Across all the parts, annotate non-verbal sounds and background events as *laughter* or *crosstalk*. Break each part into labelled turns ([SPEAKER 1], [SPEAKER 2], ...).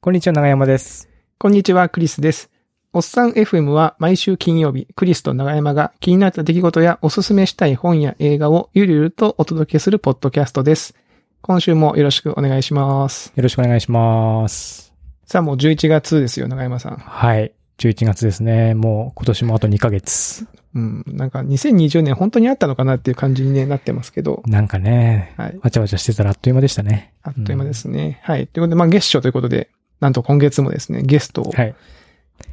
[SPEAKER 1] こんにちは、長山です。
[SPEAKER 2] こんにちは、クリスです。おっさん FM は毎週金曜日、クリスと長山が気になった出来事やおすすめしたい本や映画をゆるゆるとお届けするポッドキャストです。今週もよろしくお願いします。
[SPEAKER 1] よろしくお願いします。
[SPEAKER 2] さあもう11月ですよ、長山さん。
[SPEAKER 1] はい。11月ですね。もう今年もあと2ヶ月。
[SPEAKER 2] うん、なんか2020年本当にあったのかなっていう感じに、ね、なってますけど、
[SPEAKER 1] なんかね、
[SPEAKER 2] はい。
[SPEAKER 1] わちゃわちゃしてたらあっという間でしたね。
[SPEAKER 2] あっという間ですね。はい。ということで、まあ月初ということで、なんと今月もですね、ゲストを、
[SPEAKER 1] はい。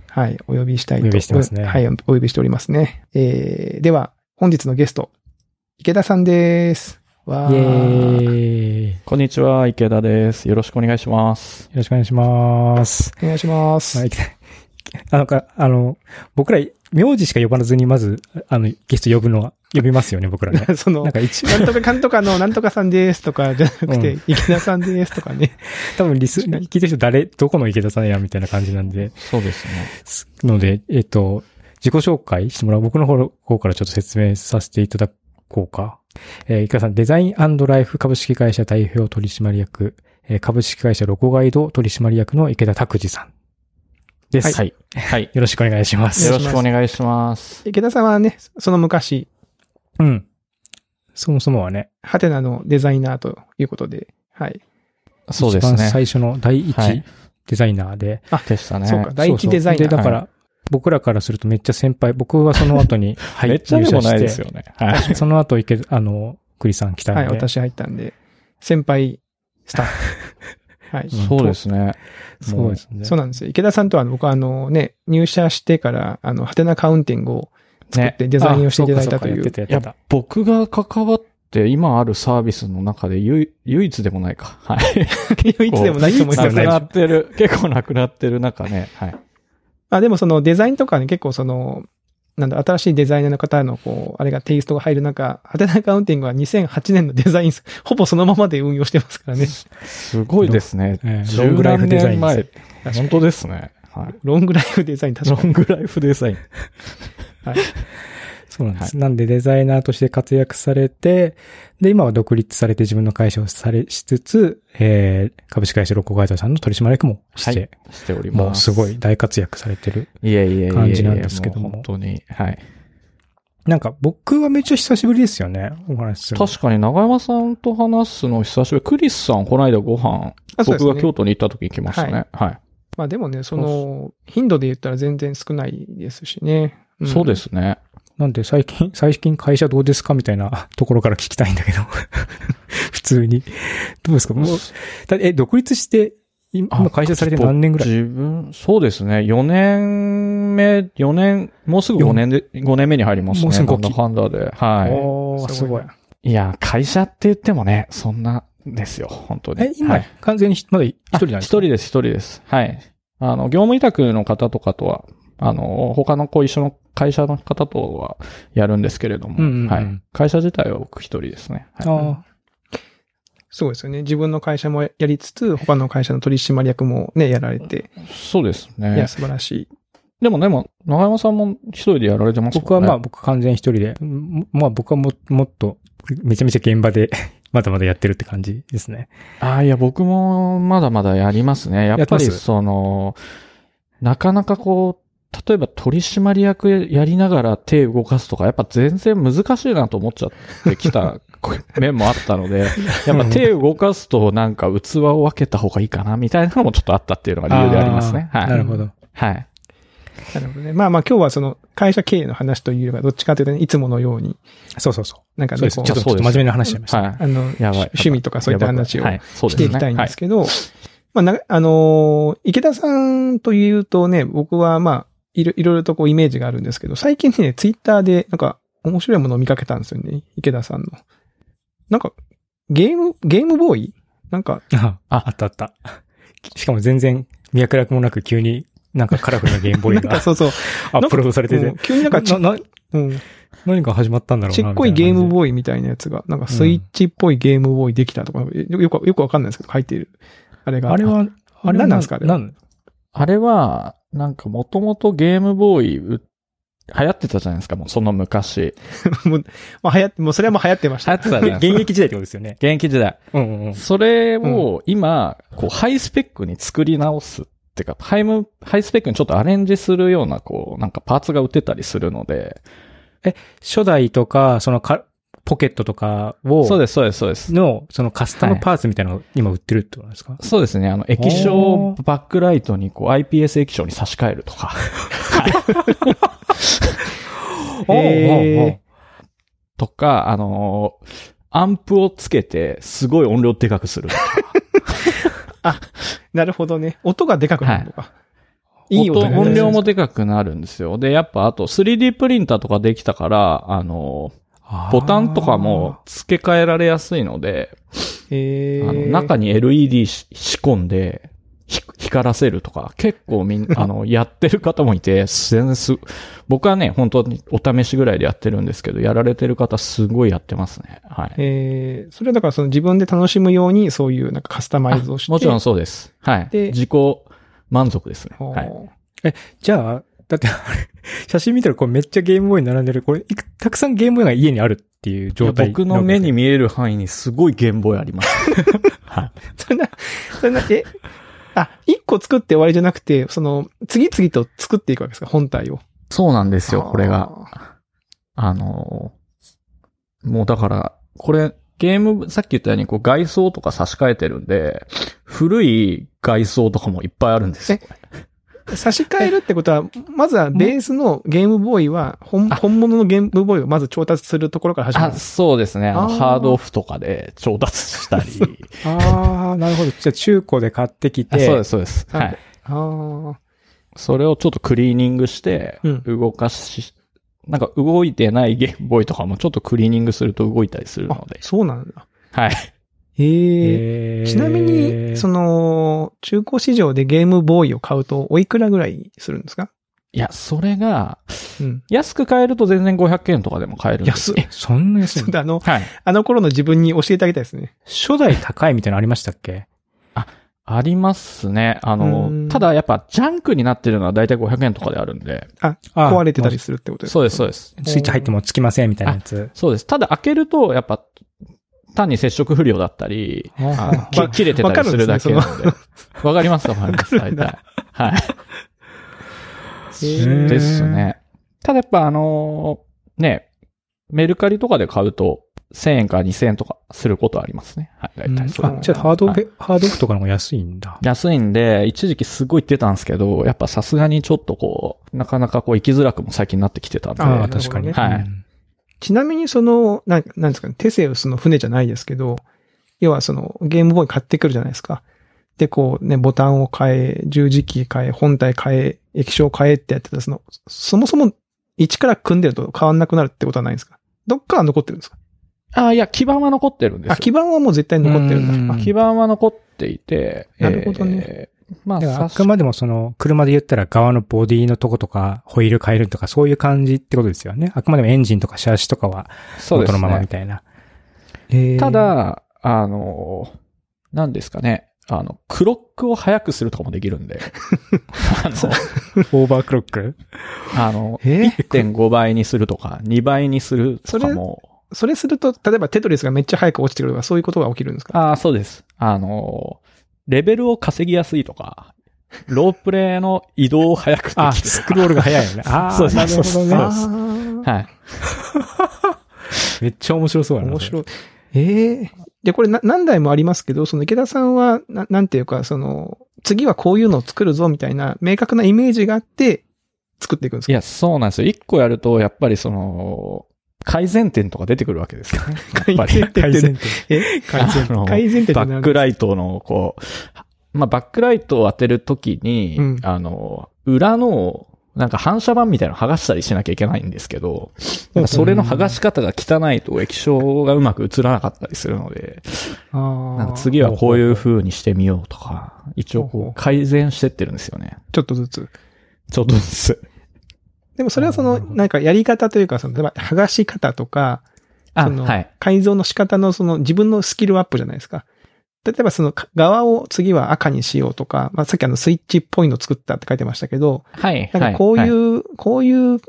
[SPEAKER 2] はい、お呼びしたいと。
[SPEAKER 1] お呼びしてますね
[SPEAKER 2] はい、お呼びしておりますね。えー、では、本日のゲスト、池田さんです。わ
[SPEAKER 1] イエ
[SPEAKER 2] ー
[SPEAKER 1] ーイ。よ
[SPEAKER 3] こんにちは、池田です。よろしくお願いします。
[SPEAKER 1] ろしくお願いします。
[SPEAKER 2] お願いします。
[SPEAKER 1] まあ、いき *laughs* あのか、あの、僕ら、名字しか呼ばずに、まず、あの、ゲスト呼ぶのは、呼びますよね、僕
[SPEAKER 2] *laughs*
[SPEAKER 1] らね。
[SPEAKER 2] その、
[SPEAKER 1] な
[SPEAKER 2] なん
[SPEAKER 1] か一番、
[SPEAKER 2] んとかかんとか
[SPEAKER 1] *laughs*
[SPEAKER 2] のなんとかさんですとかじゃなくて、
[SPEAKER 1] う
[SPEAKER 2] 池田さんですとかね。
[SPEAKER 1] 多分リス、聞いてる人誰、どこの池田さんや、みたいな感じなんで。
[SPEAKER 3] そうですね。
[SPEAKER 1] すので、えっ、と、自己紹介してもらう。僕の方方からちょっと説明させていただこうか。えー、いかさん、デザインライフ株式会社代表取締役、えー株式会社ロコガイド取締役の池田拓司さんです。
[SPEAKER 3] はい。はい。
[SPEAKER 1] よろしくお願いしま
[SPEAKER 3] よ
[SPEAKER 1] す。
[SPEAKER 3] ろしくお願いします。
[SPEAKER 2] 池田さんはね、その昔、
[SPEAKER 1] うん。そもそもはね、
[SPEAKER 2] ハテナのデザイナーということで、はい。
[SPEAKER 3] そうです
[SPEAKER 1] 一番
[SPEAKER 3] ね。
[SPEAKER 1] 最初の第一
[SPEAKER 3] はい
[SPEAKER 1] デザイナーで、
[SPEAKER 3] でしたね。
[SPEAKER 2] そうか、第一デザイナ
[SPEAKER 1] そうそうで、
[SPEAKER 2] ー。
[SPEAKER 1] だから、僕らからするとめっちゃ先輩、僕はその後に、は
[SPEAKER 3] めっちゃでもないです
[SPEAKER 1] よ。 *laughs*
[SPEAKER 3] よね。はい。
[SPEAKER 1] その後、池田、あの、栗さん来たんで。
[SPEAKER 2] はい、私入ったんで、先輩スタッ
[SPEAKER 1] *laughs*
[SPEAKER 2] フ。はい。
[SPEAKER 1] ん
[SPEAKER 3] そうですね。
[SPEAKER 1] そうですね。
[SPEAKER 2] そうなんですよ。池田さんとは、僕はあのね、入社してから、あの、ハテナカウンティングを作ってデザインをしていただいたという。
[SPEAKER 1] あそうかそうか
[SPEAKER 3] いや、僕が関わって、今あるサービスの中で唯唯一でもないか。
[SPEAKER 1] *laughs*
[SPEAKER 3] はい。
[SPEAKER 2] *laughs* いつでもないと思いま
[SPEAKER 3] な
[SPEAKER 2] す
[SPEAKER 3] く
[SPEAKER 2] けど
[SPEAKER 3] なってる。結構なくなってる中ね。はい。
[SPEAKER 2] まあでもそのデザインとかね、結構その、なんだ、新しいデザイナーの方のこう、あれがテイストが入る中、ハテナカウンティングは2008年のデザイン、 *laughs* ほぼそのままで運用してますからね。 *laughs*
[SPEAKER 3] すごいですね。
[SPEAKER 1] ええロン
[SPEAKER 3] 10
[SPEAKER 1] グライフ
[SPEAKER 3] 何
[SPEAKER 1] デザイ
[SPEAKER 3] 年
[SPEAKER 1] ン
[SPEAKER 3] 前。
[SPEAKER 2] かに
[SPEAKER 3] 本当ですね。はい。
[SPEAKER 2] ロングライフデザイン、確
[SPEAKER 3] ロ
[SPEAKER 2] かに。
[SPEAKER 3] ングライフデザイン。
[SPEAKER 1] そうなんです。なんでデザイナーとして活躍されて、で、今は独立されて自分の会社をされしつつ、えー、株式会社ロコガイドさんの取締役もして、
[SPEAKER 3] はいしております。
[SPEAKER 1] もうすごい。大活躍されてる。
[SPEAKER 3] いえいえいえいえ。
[SPEAKER 1] 感じなんですけども
[SPEAKER 3] う本当に。はい。
[SPEAKER 1] なんか僕はめっちゃ久しぶりですよね、お話しするの。
[SPEAKER 3] 確かに長山さんと話すの久しぶり。クリスさん、この間ご飯、
[SPEAKER 2] あそうですね
[SPEAKER 3] 僕が京都に行った時行きましたね。はい。
[SPEAKER 2] まあでもね、その、頻度で言ったら全然少ないですしね。ん
[SPEAKER 3] そうで。すね。
[SPEAKER 1] なんで最近、最近会社どうですかみたいなところから聞きたいんだけど。 *laughs* 普通に。どうですかもう、だえ、独立して、今
[SPEAKER 3] あ
[SPEAKER 1] 今会社されて何年ぐらい
[SPEAKER 3] 自分、そうですね。4年目、四年、もうすぐ5年で、五年目に入りますね。
[SPEAKER 1] もうすぐ
[SPEAKER 3] な
[SPEAKER 1] 五
[SPEAKER 3] ん
[SPEAKER 1] 期
[SPEAKER 3] だかんだで。は
[SPEAKER 1] おー、すごい。
[SPEAKER 2] な。
[SPEAKER 3] い。いや、会社って言ってもね、そんなですよ。本当に。
[SPEAKER 1] え、今、
[SPEAKER 3] はい
[SPEAKER 1] 完全にまだ一
[SPEAKER 3] あ
[SPEAKER 1] 人なんですか
[SPEAKER 3] 一人です、一人です。はい。あの、業務委託の方とかとは、あの、他のこう一緒の会社の方とはやるんですけれども、
[SPEAKER 1] うんうんうん
[SPEAKER 3] はい。会社自体は僕一人ですね。はい
[SPEAKER 1] あ
[SPEAKER 2] そうですよね。自分の会社もやりつつ、他の会社の取締役もね、やられて。
[SPEAKER 3] そうです
[SPEAKER 2] いや、
[SPEAKER 3] ね。
[SPEAKER 2] 素晴らしい。
[SPEAKER 3] でもでも、長山さんも一人でやられてま
[SPEAKER 1] あ
[SPEAKER 3] すもんね。
[SPEAKER 1] 僕はまあ、僕完全一人で、うんまあ僕はも、もっと、めちゃめちゃ現場で、 *laughs* まだまだやってるって感じですね。
[SPEAKER 3] ああ、いや、僕もまだまだやりますね。やっ
[SPEAKER 1] やって
[SPEAKER 3] ぱ
[SPEAKER 1] ま
[SPEAKER 3] り、
[SPEAKER 1] す
[SPEAKER 3] その、なかなかこう、例えば取締役やりながら手動かすとか、やっぱ全然難しいなと思っちゃってき
[SPEAKER 1] *laughs*
[SPEAKER 3] たこう面もあったので、やっぱ手動かすとなんか器を分けた方がいいかな、みたいなのもちょっとあったっていうのが理由でありますね。
[SPEAKER 1] あー
[SPEAKER 3] はい。
[SPEAKER 1] なるほど。
[SPEAKER 3] はい。
[SPEAKER 2] なるほどね。まあまあ今日はその、会社経営の話というよりは、どっちかというとね、いつものように、
[SPEAKER 1] そうそうそ
[SPEAKER 2] なんか
[SPEAKER 1] う。そう
[SPEAKER 2] ね、
[SPEAKER 1] です。ちょ
[SPEAKER 2] こう
[SPEAKER 1] っと、ちょっと真面目な話しちゃいました。
[SPEAKER 3] は
[SPEAKER 2] あの、
[SPEAKER 3] い。やばい。
[SPEAKER 2] 趣味とかそういった話を
[SPEAKER 3] やばいはいそう
[SPEAKER 2] し
[SPEAKER 3] で
[SPEAKER 2] て
[SPEAKER 3] す
[SPEAKER 2] い
[SPEAKER 3] ね
[SPEAKER 2] きたいんですけど、まあ、なあのー池田さんというとね、僕はまあ、いろいろいろとこうイメージがあるんですけど、最近ね、ツイッターでなんか面白いものを見かけたんですよね、池田さんの。なんか、ゲーム、ゲームボーイなんか、
[SPEAKER 1] *laughs* あ、
[SPEAKER 3] あ
[SPEAKER 1] あったあった。しかも全然、脈絡もなく急になんかカラフルなゲームボー
[SPEAKER 2] な
[SPEAKER 1] イ
[SPEAKER 2] んか
[SPEAKER 1] が
[SPEAKER 2] そうそう、
[SPEAKER 1] *laughs* アップロードされて
[SPEAKER 2] う
[SPEAKER 1] て
[SPEAKER 2] ん。急になんかち
[SPEAKER 1] な、、な、
[SPEAKER 2] うん、
[SPEAKER 1] 何か始まったんだろうな。
[SPEAKER 2] ちっこいゲーム
[SPEAKER 1] ーイ。
[SPEAKER 2] ボーイみたいなやつが、なんかスイッチっぽいゲームボーイできたとか、よよく、よくわかんないですけど、書いている。あれが。
[SPEAKER 1] あれは、あれは
[SPEAKER 2] 何なんですかあれ
[SPEAKER 1] なん
[SPEAKER 3] あれは、なんかもともとゲームボーイ売っ流行ってたじゃないですか、もうその昔。
[SPEAKER 2] *laughs* もう、まあ、流行って、もうそれはもう流行ってまし
[SPEAKER 3] 流行
[SPEAKER 2] た
[SPEAKER 3] っ。てたじゃない
[SPEAKER 1] 現
[SPEAKER 3] ですか。
[SPEAKER 1] 役時代ってことですよね。
[SPEAKER 3] 現役時代。
[SPEAKER 1] うんうんうん。
[SPEAKER 3] それを今、こう、ハイスペックに作り直すっていうか、ハイム、ハイスペックにちょっとアレンジするような、こう、なんかパーツが売ってたりするので、
[SPEAKER 1] 初代とか、そのか、ポケットとかを、
[SPEAKER 3] そうです、そうです、そうです。
[SPEAKER 1] の、そのカスタムパーツみたいなのを今売ってるってことなんですか、
[SPEAKER 3] そうですね。あの、液晶
[SPEAKER 1] お
[SPEAKER 3] をバックライトに、こう、IPS 液晶に差し替えるとか、
[SPEAKER 1] おうおうおう
[SPEAKER 2] え
[SPEAKER 3] とか、あのーアンプをつけて、すごい音量でかくするとか。
[SPEAKER 2] なるほどね。音がでかくなるのか。い、い音
[SPEAKER 3] 音
[SPEAKER 2] が
[SPEAKER 3] 音量もでかくなるんですよ。で、やっぱあと 3D プリンターとかできたから、あの、
[SPEAKER 1] あー
[SPEAKER 3] ボタンとかも、付け替えられやすいので、
[SPEAKER 2] え
[SPEAKER 3] あ
[SPEAKER 2] ー、
[SPEAKER 3] の中に LED し仕込んで、ひ光らせるとか、結構み
[SPEAKER 2] *laughs*
[SPEAKER 3] ん、あの、やってる方もいて、全然す、僕はね、本当にお試しぐらいでやってるんですけど、やられてる方すごいやってますね。はい。
[SPEAKER 2] えー、それはだからその自分で楽しむようにそういうなんかカスタマイズをして。
[SPEAKER 3] もちろんそうです。はい。
[SPEAKER 2] で
[SPEAKER 3] 自己満足ですね。
[SPEAKER 2] ほう
[SPEAKER 3] はい。
[SPEAKER 1] じゃあ、だってあれ、 *laughs* 写真見たらこれめっちゃゲームボーイ並んでる。これ、いくたくさんゲームボーイが家にあるっていう状態。
[SPEAKER 3] 僕の目に。見える範囲にすごいゲームボーイあり
[SPEAKER 1] *laughs*
[SPEAKER 3] ます。はい。
[SPEAKER 2] そんな、そんな、え、あ、一個作って終わりじゃなくて、その、次々と作っていくわけですか、本体を。
[SPEAKER 3] そうなんですよ、
[SPEAKER 2] あー
[SPEAKER 3] これが。あのーもうだから、これ、ゲーム、さっき言ったように、こう、外装とか差し替えてるんで、古い外装とかもいっぱいあるんですよ。
[SPEAKER 2] 差し替えるってことは、まずはベースのゲームボーイは、本、
[SPEAKER 3] あ
[SPEAKER 2] 本物のゲームボーイをまず調達するところから始ま
[SPEAKER 3] あ、
[SPEAKER 2] る。
[SPEAKER 3] そうですね。あの
[SPEAKER 2] あー
[SPEAKER 3] ハードオフとかで調達したり。
[SPEAKER 1] ああ、なるほど。じゃあ中古で買ってき
[SPEAKER 3] *laughs* あ
[SPEAKER 1] て。
[SPEAKER 3] そうです、そうです。はい。
[SPEAKER 2] あー
[SPEAKER 3] それをちょっとクリーニングして
[SPEAKER 2] うん、
[SPEAKER 3] 動かし、なんか動いてないゲームボーイとかもちょっとクリーニングすると動いたりする
[SPEAKER 2] あ
[SPEAKER 3] ので。
[SPEAKER 2] そうなんだ。
[SPEAKER 3] はい。
[SPEAKER 2] ええ
[SPEAKER 1] へー。
[SPEAKER 2] ちなみに、そ
[SPEAKER 1] の、
[SPEAKER 2] の、中古市場でゲームボーイを買うと、おいくらぐらいするんですか
[SPEAKER 3] いや、それが、
[SPEAKER 2] うん。
[SPEAKER 3] 安く買えると全然500円とかでも買えるんです
[SPEAKER 2] 安
[SPEAKER 3] よ。
[SPEAKER 2] い。
[SPEAKER 1] そんな安い
[SPEAKER 2] ちょっとあの、
[SPEAKER 3] はい。
[SPEAKER 2] あの頃の自分に教えてあげたいですね。
[SPEAKER 1] 初代高いみたいなのありましたっけ
[SPEAKER 3] ありますね。あ
[SPEAKER 2] うん
[SPEAKER 3] の、ただやっぱジャンクになってるのは大体500円とかであるんで。
[SPEAKER 1] あ
[SPEAKER 2] *laughs* 壊れてたりするってことですか
[SPEAKER 3] そうです、そうです。
[SPEAKER 1] スイッチ入ってもつきませんみたいなやつ。
[SPEAKER 3] そうです。ただ開けると、やっぱ、単に接触不良だったり、
[SPEAKER 1] あ
[SPEAKER 3] あ
[SPEAKER 1] ー
[SPEAKER 3] き切れてたりするだけなので。わかりますわかります、
[SPEAKER 2] わかる
[SPEAKER 3] 大
[SPEAKER 2] んだ
[SPEAKER 3] 体。はい。
[SPEAKER 1] へー
[SPEAKER 3] ですね。ただやっぱあのーね、メルカリとかで買うと、1000円から2000円とかすることはありますね。はい、大体そう
[SPEAKER 1] あ
[SPEAKER 2] ん、
[SPEAKER 1] じゃあハードオ
[SPEAKER 3] はい
[SPEAKER 1] フ、ハードオフとかの方が安いんだ。
[SPEAKER 3] 安いんで、一時期すごい出たんですけど、やっぱさすがにちょっとこう、なかなかこう行きづらくも最近なってきてたんで。
[SPEAKER 2] あ
[SPEAKER 1] あ
[SPEAKER 2] ー
[SPEAKER 1] あ、確かに。
[SPEAKER 2] なる
[SPEAKER 3] ほどねはい
[SPEAKER 1] うん
[SPEAKER 2] ちなみにその、なんなんですかね、テセウスの船じゃないですけど、要はそのゲームボーイ買ってくるじゃないですか。で、こうね、ボタンを変え、十字キー変え、本体変え、液晶変えってやってた、その、そもそも一から組んでると変わんなくなるってことはないんですかどっから残ってるんですか
[SPEAKER 3] ああ、いや、基盤は残ってるんですよ。
[SPEAKER 2] あ、基盤はもう絶対残ってる
[SPEAKER 1] うんん
[SPEAKER 2] だ。
[SPEAKER 3] あ基盤は残っていて。
[SPEAKER 2] なるほどね
[SPEAKER 3] えー。まあ、
[SPEAKER 1] だからあ
[SPEAKER 3] さ
[SPEAKER 1] くまでもその、車で言ったら側のボディのとことか、ホイール変えるとか、そういう感じってことですよね。あくまでもエンジンとかシャーシとかは
[SPEAKER 3] そうで
[SPEAKER 1] 元
[SPEAKER 3] す
[SPEAKER 1] のままみ
[SPEAKER 3] ね。
[SPEAKER 1] たいな。
[SPEAKER 3] た、だ、あの、なんですかね。あの、クロックを速くするとかもできる
[SPEAKER 2] *laughs*
[SPEAKER 3] んで。あの
[SPEAKER 1] オーバークロック
[SPEAKER 3] あの、
[SPEAKER 2] えー
[SPEAKER 3] 1.5倍にするとか、2倍にするとかも。
[SPEAKER 2] それすると、例えばテトリスがめっちゃ早く落ちてくるとか、そういうことが起きるんですか
[SPEAKER 3] ああ、そうです。あのー、レベルを稼ぎやすいとか、ロープレイの移動を早くできるとか。
[SPEAKER 1] あ、スクロールが早いよね。あ
[SPEAKER 3] そう
[SPEAKER 1] あ、
[SPEAKER 3] です
[SPEAKER 1] なるほど
[SPEAKER 3] そうで
[SPEAKER 1] ね。
[SPEAKER 3] す
[SPEAKER 2] ー
[SPEAKER 3] はい。
[SPEAKER 1] めっちゃ面白そうやな。
[SPEAKER 2] 面白い。ええで、これな何台もありますけど、その池田さんは、ななんていうか、その、次はこういうのを作るぞみたいな、明確なイメージがあって、作っていくんですか
[SPEAKER 3] いや、そうなんですよ。一個やると、やっぱりその、改善点とか出てくるわけですよね。やっぱり。
[SPEAKER 1] 改善点。
[SPEAKER 2] え
[SPEAKER 1] 改善
[SPEAKER 3] あの
[SPEAKER 2] 改善点って
[SPEAKER 3] バ
[SPEAKER 2] 何
[SPEAKER 3] ックライトの、こう、まあ、バックライトを当てるときに、
[SPEAKER 2] うん
[SPEAKER 3] あの、裏の、なんか反射板みたいなの剥がしたりしなきゃいけないんですけど、なんかそれの剥がし方が汚いと液晶がうまく映らなかったりするので、
[SPEAKER 2] あ
[SPEAKER 3] なん
[SPEAKER 2] あ
[SPEAKER 3] か。次はこういう風にしてみようとか、一応こう改善してってるんですよね。
[SPEAKER 2] ちょっとずつ。
[SPEAKER 3] ちょっとずつ。
[SPEAKER 2] でもそれはその、なんかやり方というか、その、例えば剥がし方とか、
[SPEAKER 3] あ、
[SPEAKER 2] その
[SPEAKER 3] はい。
[SPEAKER 2] 改造の仕方のその自分のスキルアップじゃないですか。例えばそのか側を次は赤にしようとか、まあさっきあのスイッチっぽいの作ったって書いてましたけど、
[SPEAKER 3] はい。
[SPEAKER 2] なん
[SPEAKER 3] は
[SPEAKER 2] かこういう、こういう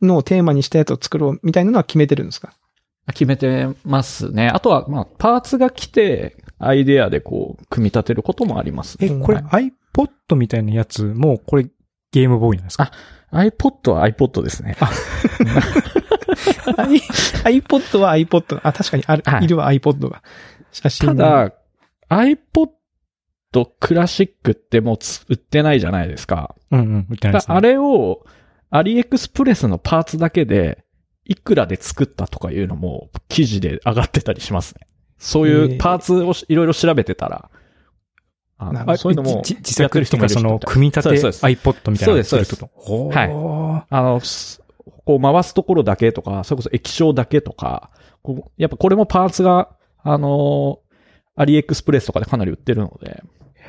[SPEAKER 2] のをテーマにしたやつを作ろうみたいなのは決めてるん
[SPEAKER 3] *laughs*
[SPEAKER 2] ですか
[SPEAKER 3] 決めてますね。あとは、まあ、パーツが来て、アイデアでこう、組み立てることもありますね。
[SPEAKER 1] え、これ iPod みたいなやつも、これゲームボーイなんですか
[SPEAKER 3] iPod は iPod ですね。
[SPEAKER 2] I- ?iPod は iPod。あ、確かにある、
[SPEAKER 3] はい
[SPEAKER 2] い、るわ iPod が。写真
[SPEAKER 3] た
[SPEAKER 2] の、
[SPEAKER 3] だ、iPod クラシックってもうつ売ってないじゃないですか。
[SPEAKER 1] うんうん、みたいな
[SPEAKER 3] だ
[SPEAKER 1] や
[SPEAKER 3] か
[SPEAKER 1] つ、
[SPEAKER 3] らあれを、アリエクスプレスのパーツだけで、いくらで作ったとかいうのも、記事で上がってたりしますね。そうい
[SPEAKER 2] え
[SPEAKER 3] う
[SPEAKER 2] ー
[SPEAKER 3] パーツをしいろいろ調べてたら、あ
[SPEAKER 2] なるほ
[SPEAKER 3] の
[SPEAKER 2] ど
[SPEAKER 3] そういうのも
[SPEAKER 1] じ自
[SPEAKER 3] やっ
[SPEAKER 1] 作
[SPEAKER 3] てる
[SPEAKER 1] と
[SPEAKER 3] 人も
[SPEAKER 1] か、
[SPEAKER 3] いるし
[SPEAKER 1] その、
[SPEAKER 3] みたいな
[SPEAKER 1] 組み立
[SPEAKER 3] そ
[SPEAKER 1] て
[SPEAKER 3] うですそうです
[SPEAKER 1] iPod みたいなのやつ
[SPEAKER 3] そうです
[SPEAKER 1] やってる人と。
[SPEAKER 3] です
[SPEAKER 1] は
[SPEAKER 3] あの、すこう回すところだけとか、それこそ液晶だけとか、こうやっぱこれもパーツが、あのアリエクスプレスとかでかなり売ってるので、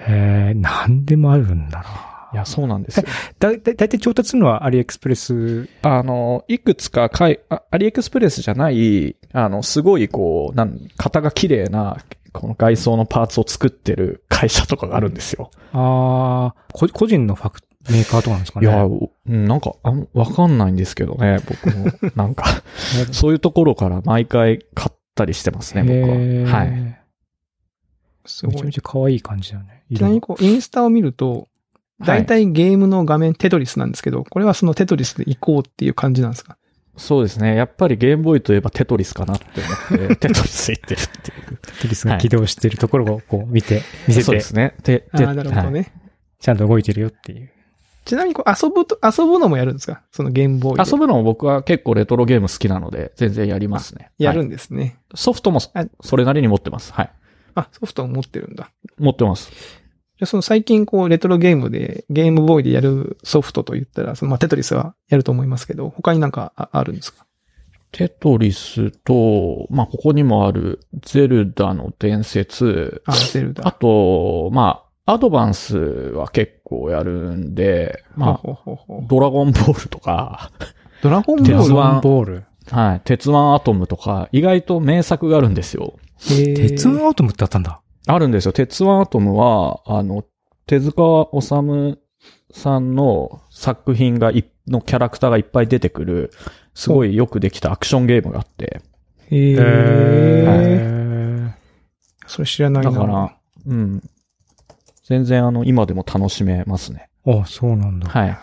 [SPEAKER 1] い。へえ、なんでもあるんだな。
[SPEAKER 3] いや、そうなんですよ。
[SPEAKER 1] だ、だ、だいたい調達するのはアリエクスプレス。
[SPEAKER 3] あの、いくつかかい、あアリエクスプレスじゃない、あの、すごいこう、なん、型が綺麗な、この外装のパーツを作ってる会社とかがあるんですよ。
[SPEAKER 1] あーこ個人のファク、メーカーとかなんですか
[SPEAKER 3] い
[SPEAKER 1] ね。
[SPEAKER 3] や、うんなんか、あん、わかんないんですけどね、僕も。な
[SPEAKER 2] *laughs*
[SPEAKER 3] んか、そういうところから毎回買ったりしてますね、
[SPEAKER 1] へー
[SPEAKER 3] 僕は。はい。
[SPEAKER 2] す
[SPEAKER 1] め
[SPEAKER 2] ご
[SPEAKER 1] ちゃ
[SPEAKER 2] い
[SPEAKER 1] め。ちゃ可愛い感じだよね。
[SPEAKER 2] ちなみにこう、インスタを見ると、
[SPEAKER 3] は
[SPEAKER 2] 大体ゲームの画面テトリスなんですけど、これはそのテトリスで行こうっていう感じなんですか
[SPEAKER 3] そうですね。やっぱりゲームボーイといえばテトリスかなって思って、テトリス行ってるっていう。
[SPEAKER 1] テリスが起動してるところをこう見て、見せ
[SPEAKER 3] そうで
[SPEAKER 1] て、
[SPEAKER 3] すね。で、
[SPEAKER 2] あ
[SPEAKER 3] で
[SPEAKER 2] あ、なるほどね。
[SPEAKER 3] はい
[SPEAKER 1] ちゃんと動いてるよっていう。
[SPEAKER 2] ちなみにこう、遊ぶと、遊ぶのもやるんですかそのゲームボーイで。
[SPEAKER 3] 遊ぶのも僕は結構レトロゲーム好きなので、全然やりますね。
[SPEAKER 2] や
[SPEAKER 3] は
[SPEAKER 2] る
[SPEAKER 3] い
[SPEAKER 2] んですね。
[SPEAKER 3] ソフトも
[SPEAKER 2] あ
[SPEAKER 3] それなりに持ってます。はい。
[SPEAKER 2] あ、ソフトを持ってるんだ。
[SPEAKER 3] 持ってます。
[SPEAKER 2] じゃあその最近こう、レトロゲームで、ゲームボーイでやるソフトと言ったら、そのまあテトリスはやると思いますけど、他になんかああるんですか
[SPEAKER 3] テトリスと、まあ、ここにもある、ゼルダの伝説。
[SPEAKER 2] あ、ゼル
[SPEAKER 3] あ
[SPEAKER 2] ダ。
[SPEAKER 3] と、まあ、アドバンスは結構やるんで、まあ、
[SPEAKER 2] ほうほうほうほう
[SPEAKER 3] ドラゴンボールとか、
[SPEAKER 2] ドラゴンボ
[SPEAKER 3] 鉄腕
[SPEAKER 2] ール
[SPEAKER 1] ドラゴンボール。
[SPEAKER 3] はい、鉄腕アトムとか、意外と名作があるんですよ。
[SPEAKER 2] へー
[SPEAKER 1] 鉄腕アウトムってあったんだ。
[SPEAKER 3] あるんですよ。鉄腕アトムは、あの、手塚治虫さんの作品がい、のキャラクターがいっぱい出てくる、すごいよくできたアクションゲームがあって。
[SPEAKER 2] へ
[SPEAKER 1] へ
[SPEAKER 2] え。
[SPEAKER 1] ー
[SPEAKER 2] それ知らない
[SPEAKER 3] だ
[SPEAKER 2] な。
[SPEAKER 3] から、うん。全然あの、今でも楽しめますね。
[SPEAKER 1] あ、そうなんだ。
[SPEAKER 3] はい。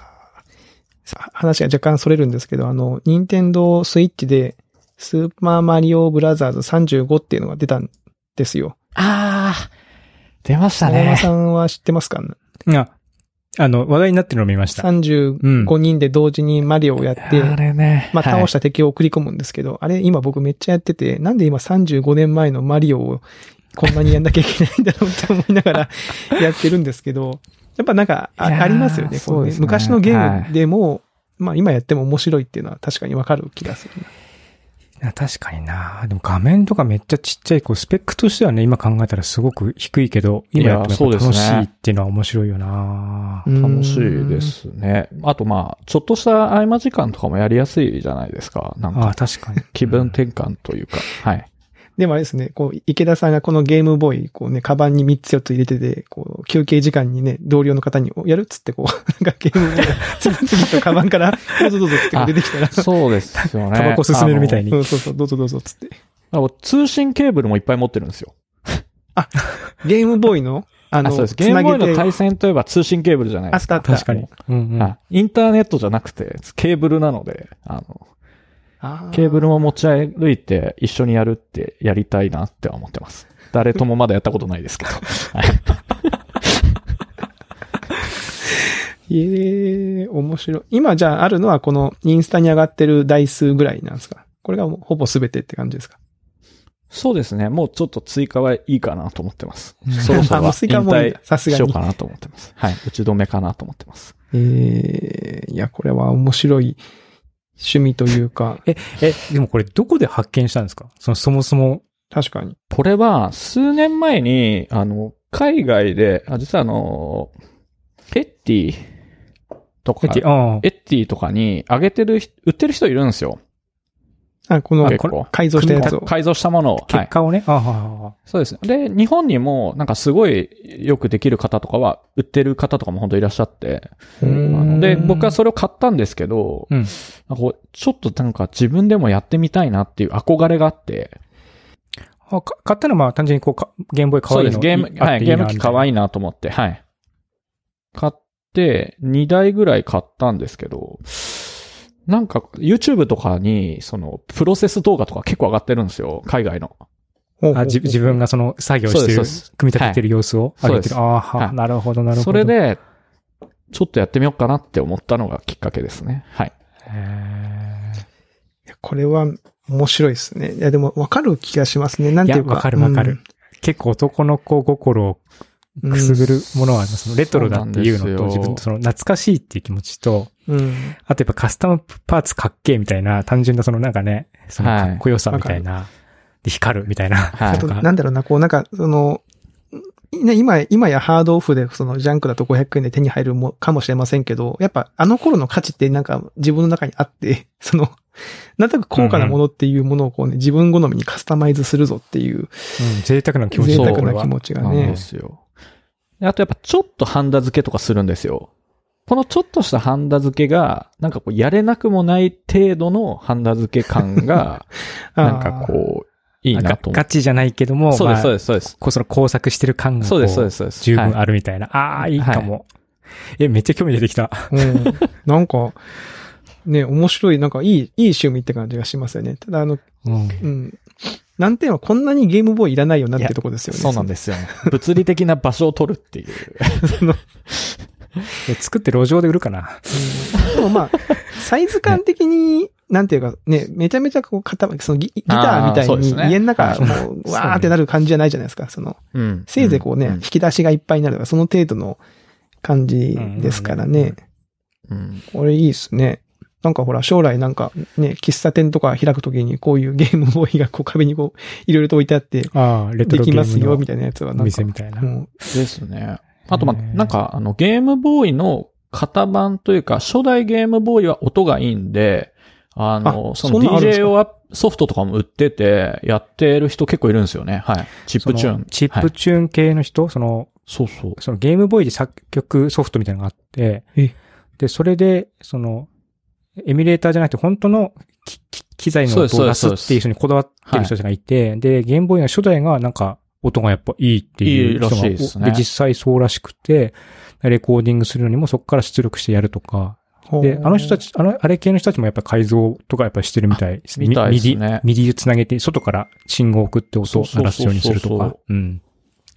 [SPEAKER 2] さ話が若干それるんですけど、あの、ニンテンドースイッチで、スーパーマリオブラザーズ35っていうのが出たんですよ。
[SPEAKER 3] あー、出まし
[SPEAKER 2] 大山さんは知ってますか
[SPEAKER 1] いや、あの、話題になってるのを見ました。
[SPEAKER 2] ?35 人で同時にマリオをやって、
[SPEAKER 3] れね。
[SPEAKER 2] まあ、倒したた敵を送り込むんですけど、あれ今僕めっちゃやってて、なんで今35年前のマリオをこんなにやんなきゃいけないんだろうって思いながら *laughs* やってるんですけど、やっぱなんかあ
[SPEAKER 3] いやー
[SPEAKER 2] ありますよねこ
[SPEAKER 3] そう
[SPEAKER 2] う
[SPEAKER 3] で
[SPEAKER 2] ね
[SPEAKER 3] すね
[SPEAKER 2] 昔のゲームでも、まあ今やっても面白いっていうのは確かにわかる気がする。
[SPEAKER 1] な確かにな。でも画面とかめっちゃちっちゃい、こう、スペックとしてはね、今考えたらすごく低いけど、今やってもやっぱ
[SPEAKER 3] いや
[SPEAKER 1] 楽
[SPEAKER 3] そうで
[SPEAKER 1] し
[SPEAKER 3] すね
[SPEAKER 1] いっていうのは面白いよな。
[SPEAKER 3] 楽しいで。すね。あとまあ、ちょっとした合間時間とかもやりやすいじゃないですか。なん
[SPEAKER 1] あ
[SPEAKER 3] か、
[SPEAKER 1] 確かに。
[SPEAKER 3] 気分転換というか。はい。
[SPEAKER 2] でもあれですね、こう、池田さんがこのゲームボーイ、こうね、カバンに3つ4つ入れてて、こう、休憩時間にね、同僚の方に、おやるっつってこう、 *laughs* なんかゲームボーイが次々とカバンから、どうぞどうぞっつってこう出てきたら、
[SPEAKER 3] そうですよね。
[SPEAKER 1] タバコ進めるみたいに。
[SPEAKER 2] うん、そうそう、どうぞどうぞっつって。
[SPEAKER 3] あの。あの通信ケーブルもいっぱい持ってるんですよ。
[SPEAKER 2] ゲームボーイの、あ
[SPEAKER 3] あ
[SPEAKER 2] の、
[SPEAKER 3] そうです。ゲームボーイの対戦といえば通信ケーブルじゃない
[SPEAKER 2] あ
[SPEAKER 3] で
[SPEAKER 2] っ
[SPEAKER 3] す
[SPEAKER 2] たあ
[SPEAKER 3] か。
[SPEAKER 2] っ
[SPEAKER 1] 確
[SPEAKER 2] た。
[SPEAKER 1] かに。。うんうん。
[SPEAKER 3] あインターネットじゃなくて、ケーブルなので、あの、
[SPEAKER 2] あー
[SPEAKER 3] ケーブルも持ち歩いて一緒にやるってやりたいなっては思ってます。誰ともまだやったことないですけど。はい
[SPEAKER 2] ええ面白い。今じゃああるのはこのインスタに上がってる台数ぐらいなんですかこれがもうほぼ全てって感じですか
[SPEAKER 3] そうですね。もうちょっと追加はいいかなと思ってます
[SPEAKER 1] うん。
[SPEAKER 3] そろそろ
[SPEAKER 2] あ
[SPEAKER 3] は
[SPEAKER 2] もう
[SPEAKER 3] 引
[SPEAKER 2] 追加もいいんださ
[SPEAKER 3] 退
[SPEAKER 2] すがに
[SPEAKER 3] しようかなと思ってます。はい。打ち止めかなと思ってます。
[SPEAKER 2] ええいや、これは面白い趣味とい
[SPEAKER 1] *laughs*
[SPEAKER 2] うか、
[SPEAKER 1] え、え、でもこれどこで発見したんですかその、そもそも。
[SPEAKER 2] 確かに。
[SPEAKER 3] これは、数年前に、あの、海外で、あ、実はあの、エッティとか、
[SPEAKER 1] え
[SPEAKER 3] エッ
[SPEAKER 1] ああ。
[SPEAKER 3] ティとかに上げてる人、売ってる人いるんですよ。
[SPEAKER 2] あ、この
[SPEAKER 1] あ
[SPEAKER 3] 結
[SPEAKER 1] これ
[SPEAKER 3] 構。
[SPEAKER 2] 改造したやつを。
[SPEAKER 3] 改造したものを。はい
[SPEAKER 1] 結。果をね、あははは
[SPEAKER 3] そうですね。で、日本にも、なんかすごいよくできる方とかは、売ってる方とかも本当いらっしゃって。
[SPEAKER 2] うー
[SPEAKER 3] あの
[SPEAKER 2] ん
[SPEAKER 3] で、僕はそれを買ったんですけど、
[SPEAKER 1] うん
[SPEAKER 3] なんかこうちょっとなんか自分でもやってみたいなっていう憧れがあって、
[SPEAKER 1] あか買ったのはまあ単純にこうか、ゲームボーイ可
[SPEAKER 3] そう
[SPEAKER 1] 愛い
[SPEAKER 3] で
[SPEAKER 1] の
[SPEAKER 3] す。ゲーム、はい、ゲーム機可
[SPEAKER 1] い
[SPEAKER 3] 愛いなと思って、はい。買って、2台ぐらい買ったんですけど、なんか YouTube とかに、その、プロセス動画とか結構上がってるんですよ。海外の。
[SPEAKER 2] ほうほうほ
[SPEAKER 1] な。
[SPEAKER 2] う
[SPEAKER 1] あじ自分がその作業して
[SPEAKER 3] そ
[SPEAKER 1] る
[SPEAKER 3] うですそうです、
[SPEAKER 1] 組み立ててる様子を上げてる。ああー
[SPEAKER 3] は
[SPEAKER 1] は、
[SPEAKER 3] い
[SPEAKER 1] なるほど、なるほど。
[SPEAKER 3] それ、で、ちょっとやってみようかなって思ったのがきっかけですね。はい。
[SPEAKER 2] いやこれは面白いですね。いや、でもわかる気がしますね。なんていう
[SPEAKER 1] い
[SPEAKER 2] か。
[SPEAKER 1] やわかるわかる結構男の子心を
[SPEAKER 2] うん。
[SPEAKER 1] くすぐるものはあります。レトロだっていう
[SPEAKER 3] そう
[SPEAKER 1] の
[SPEAKER 3] な
[SPEAKER 1] と、
[SPEAKER 3] んで
[SPEAKER 1] 自
[SPEAKER 3] すよ
[SPEAKER 1] 分とその懐かしいっていう気持ちと、
[SPEAKER 2] うん。
[SPEAKER 1] あとやっぱカスタムパーツかっけえみたいな、単純なそのなんかね、そのかっこよさみたいな、で光るみたいな。
[SPEAKER 3] は
[SPEAKER 2] あ
[SPEAKER 3] い
[SPEAKER 2] と、。なんだろうな、こう、なんか、その、ね、今、今やハードオフで、その、ジャンクだと500円で手に入るも、かもしれませんけど、やっぱ、あの頃の価値って、なんか、自分の中にあって、 *laughs* その、なんとなく高価なものっていうものをこうね、自分好みにカスタマイズするぞっていう、
[SPEAKER 1] うん、贅沢な気持ち
[SPEAKER 2] 贅
[SPEAKER 1] だ
[SPEAKER 2] 沢
[SPEAKER 1] これ
[SPEAKER 2] な
[SPEAKER 1] は
[SPEAKER 2] 気持ちが
[SPEAKER 3] なんで
[SPEAKER 2] ね。
[SPEAKER 3] すよ。であとやっぱちょっとハンダ付けとかするんですよ。このちょっとしたハンダ付けが、なんかこうやれなくもない程度のハンダ付け感
[SPEAKER 2] *laughs*
[SPEAKER 3] が、なんか
[SPEAKER 2] う。
[SPEAKER 3] こう、いいなと思
[SPEAKER 1] ガ
[SPEAKER 3] っ
[SPEAKER 1] チじゃないけども、
[SPEAKER 3] て。そうです、そう
[SPEAKER 1] まあ
[SPEAKER 3] です、そうです。
[SPEAKER 1] こうその工作してる感がこ
[SPEAKER 3] そうです、そうですす、そうです。
[SPEAKER 1] 十分
[SPEAKER 3] はい
[SPEAKER 1] あるみたいな。ああ、いいかも、え、めっちゃ興味出てきた。
[SPEAKER 2] うん。なんか、ね、面白い、なんかいい、いい趣味って感じがしますよね。ただ、あの、
[SPEAKER 1] うん。
[SPEAKER 2] うん。難点はこんなにゲームボーイいらないよなっていうとこですよね。
[SPEAKER 3] そうなんですよね。物理的な場所を取
[SPEAKER 2] *laughs*
[SPEAKER 3] るっていう。
[SPEAKER 1] え作って路上で売るかな。
[SPEAKER 2] うんでもまあ、サイズ感的に、なんていうかね、めちゃめちゃこう肩、そのギギターみた
[SPEAKER 3] あー
[SPEAKER 2] い
[SPEAKER 3] そうですね
[SPEAKER 2] に家の中、
[SPEAKER 3] は
[SPEAKER 2] も
[SPEAKER 3] *laughs*
[SPEAKER 2] う、わーってなる感じじゃないじゃないですか。その、
[SPEAKER 3] うん
[SPEAKER 2] せいぜいこうね、引き出しがいっぱいになるとか、その程度の感じですからね。
[SPEAKER 3] うん
[SPEAKER 2] これいいですね。なんかほら、将来なんかね、喫茶店とか開くときにこういうゲームボーイがこう壁にこう、いろいろと置いてあって、
[SPEAKER 1] ああ、レト
[SPEAKER 2] で
[SPEAKER 1] ロ
[SPEAKER 2] き
[SPEAKER 1] ゲ
[SPEAKER 2] ま
[SPEAKER 1] ー
[SPEAKER 2] す
[SPEAKER 1] ム
[SPEAKER 2] よ、
[SPEAKER 1] の
[SPEAKER 2] みたいなやつは
[SPEAKER 1] お
[SPEAKER 2] なんか
[SPEAKER 1] 店。みたいな。
[SPEAKER 2] も
[SPEAKER 3] ですね。あと、まあ、
[SPEAKER 1] へー
[SPEAKER 3] なんか、あの、ゲームボーイの型番というか、初代ゲームボーイは音がいいんで、あの、
[SPEAKER 2] あ
[SPEAKER 3] そ
[SPEAKER 2] そ
[SPEAKER 3] の
[SPEAKER 2] んなのあるんです
[SPEAKER 3] DJ
[SPEAKER 2] か
[SPEAKER 3] をアップソフトとかも売ってて、やってる人結構いるんですよね。はい。チップチュー
[SPEAKER 1] その
[SPEAKER 3] ン。
[SPEAKER 1] チッ
[SPEAKER 3] は
[SPEAKER 1] プ
[SPEAKER 3] い
[SPEAKER 1] チューン系の人、その、
[SPEAKER 3] そうそう。
[SPEAKER 1] そのゲームボーイで作曲ソフトみたいなのがあって
[SPEAKER 2] え、
[SPEAKER 1] で、それで、その、エミュレーターじゃなくて、本当の機機機材の
[SPEAKER 3] そうです
[SPEAKER 1] 音を出す
[SPEAKER 3] そ
[SPEAKER 1] っ
[SPEAKER 3] うです
[SPEAKER 1] ていう人にこだわってる人たちがいて、で、ゲームボーイの初代がなんか、音がやっぱいいっていう人が
[SPEAKER 3] いいらしいですね
[SPEAKER 1] 実際そうらしくて、レコーディングするのにもそこから出力してやるとか、
[SPEAKER 2] う、
[SPEAKER 1] で、あの人たち、
[SPEAKER 2] ち、
[SPEAKER 1] あの、あれ系の人たちもやっぱ改造とかやっぱしてるみたいです
[SPEAKER 3] みたいですね
[SPEAKER 1] ミミディ、ミディをつなげて、外から信号を送って音を鳴らすようにすると
[SPEAKER 3] そうそうそう
[SPEAKER 1] か
[SPEAKER 3] そ。
[SPEAKER 1] うん。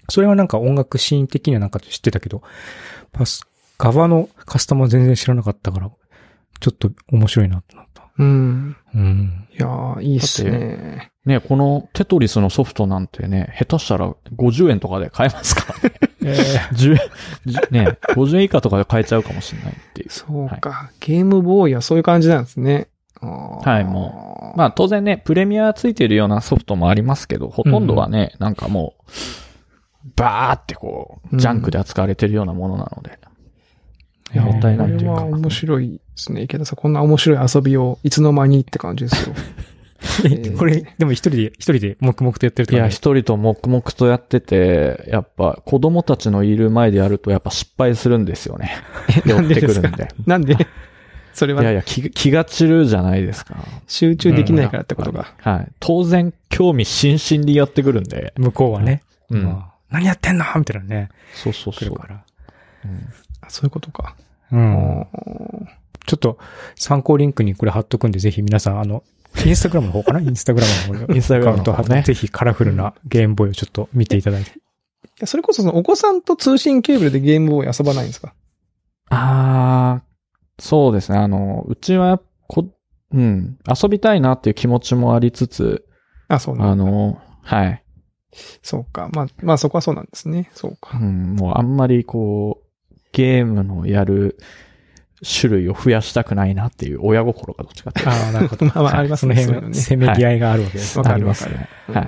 [SPEAKER 1] それはなんか音楽シーン的にはなんか知ってたけど、パス、側のカスタマー全然知らなかったから、ちょっと面白いなってなった。
[SPEAKER 2] うん。
[SPEAKER 1] うん。
[SPEAKER 2] いやー、いいっすね。
[SPEAKER 3] ね、このテトリスのソフトなんてね、下手したら50円とかで買えますからね。10ね、50円以下とかで買えちゃうかもしれないっていう。
[SPEAKER 2] そうか、ゲームボーイはそういう感じなんですね。は
[SPEAKER 3] はいもまあ当然ね、プレミアついてるようなソフトもありますけど、ほとんどはね、なんかもう、バーってこ
[SPEAKER 2] う
[SPEAKER 3] う、
[SPEAKER 2] ん
[SPEAKER 3] ジャンクで扱われてるようなものなので。
[SPEAKER 2] いや
[SPEAKER 3] もったいない
[SPEAKER 2] こと
[SPEAKER 3] い
[SPEAKER 2] れ
[SPEAKER 3] う
[SPEAKER 2] は
[SPEAKER 3] か。
[SPEAKER 2] 面白いですね。池田さん、こんな面白い遊びをいつの間にって感じで
[SPEAKER 1] *laughs*
[SPEAKER 2] すよ。ー
[SPEAKER 1] これ、でも一人で、一人で黙々とやってる
[SPEAKER 3] い
[SPEAKER 1] とか、
[SPEAKER 3] や、
[SPEAKER 1] ね、
[SPEAKER 3] 一人と黙々とやってて、やっぱ子供たちのいる前でやるとやっぱ失敗するんですよ *laughs* ね。寄
[SPEAKER 2] なん
[SPEAKER 3] っ
[SPEAKER 2] で
[SPEAKER 3] てく
[SPEAKER 2] で
[SPEAKER 3] る
[SPEAKER 2] す
[SPEAKER 3] ん
[SPEAKER 2] か
[SPEAKER 3] で。
[SPEAKER 2] なんで、それ
[SPEAKER 3] いやい
[SPEAKER 2] は
[SPEAKER 3] や、気が気が散るじゃないですか。
[SPEAKER 2] 集中できないからってことが。
[SPEAKER 3] はい。当然、興味津々にやってくるんで。
[SPEAKER 1] 向こうはね、
[SPEAKER 3] う
[SPEAKER 1] ま
[SPEAKER 3] ん。
[SPEAKER 1] あ何やってんのみたいなのね、
[SPEAKER 3] そうそう
[SPEAKER 1] 来
[SPEAKER 3] そう
[SPEAKER 1] る。から。
[SPEAKER 3] うん
[SPEAKER 2] あそういうことか。
[SPEAKER 1] うん。
[SPEAKER 2] あー
[SPEAKER 1] ちょっと参考リンクにこれ貼っとくんで、ぜひ皆さん、あの、インスタグラムの方かなインスタグラムの方
[SPEAKER 3] インスタグラムの方ね
[SPEAKER 1] アカウント貼ってぜひカラフルなゲームボーイをちょっと見ていただいて。
[SPEAKER 2] いやそれこそそのお子さんと通信ケーブルでゲームボーイ遊ばないんですか
[SPEAKER 3] あー、そうですね。あの、うちは、こ、うん、遊びたいなっていう気持ちもありつつ、
[SPEAKER 2] あ、そうな
[SPEAKER 3] あ
[SPEAKER 2] んだ。
[SPEAKER 3] の、はい。
[SPEAKER 2] そうか。まあ、まあそこはそうなんですね。そう
[SPEAKER 3] う
[SPEAKER 2] か。
[SPEAKER 3] ん、もうあんまりこう、ゲームのやる種類を増やしたくないなっていう親心がどっちかっていうと
[SPEAKER 1] ああ、なるほど。
[SPEAKER 2] まあまあ、あります
[SPEAKER 1] その
[SPEAKER 2] ね。
[SPEAKER 1] 辺
[SPEAKER 2] そういう
[SPEAKER 1] が
[SPEAKER 2] のね
[SPEAKER 1] せめぎ合いがあるわけです。
[SPEAKER 2] わか
[SPEAKER 3] あり
[SPEAKER 2] る
[SPEAKER 3] ま
[SPEAKER 2] わ
[SPEAKER 3] す
[SPEAKER 2] か
[SPEAKER 3] ね。
[SPEAKER 2] る。
[SPEAKER 3] はい。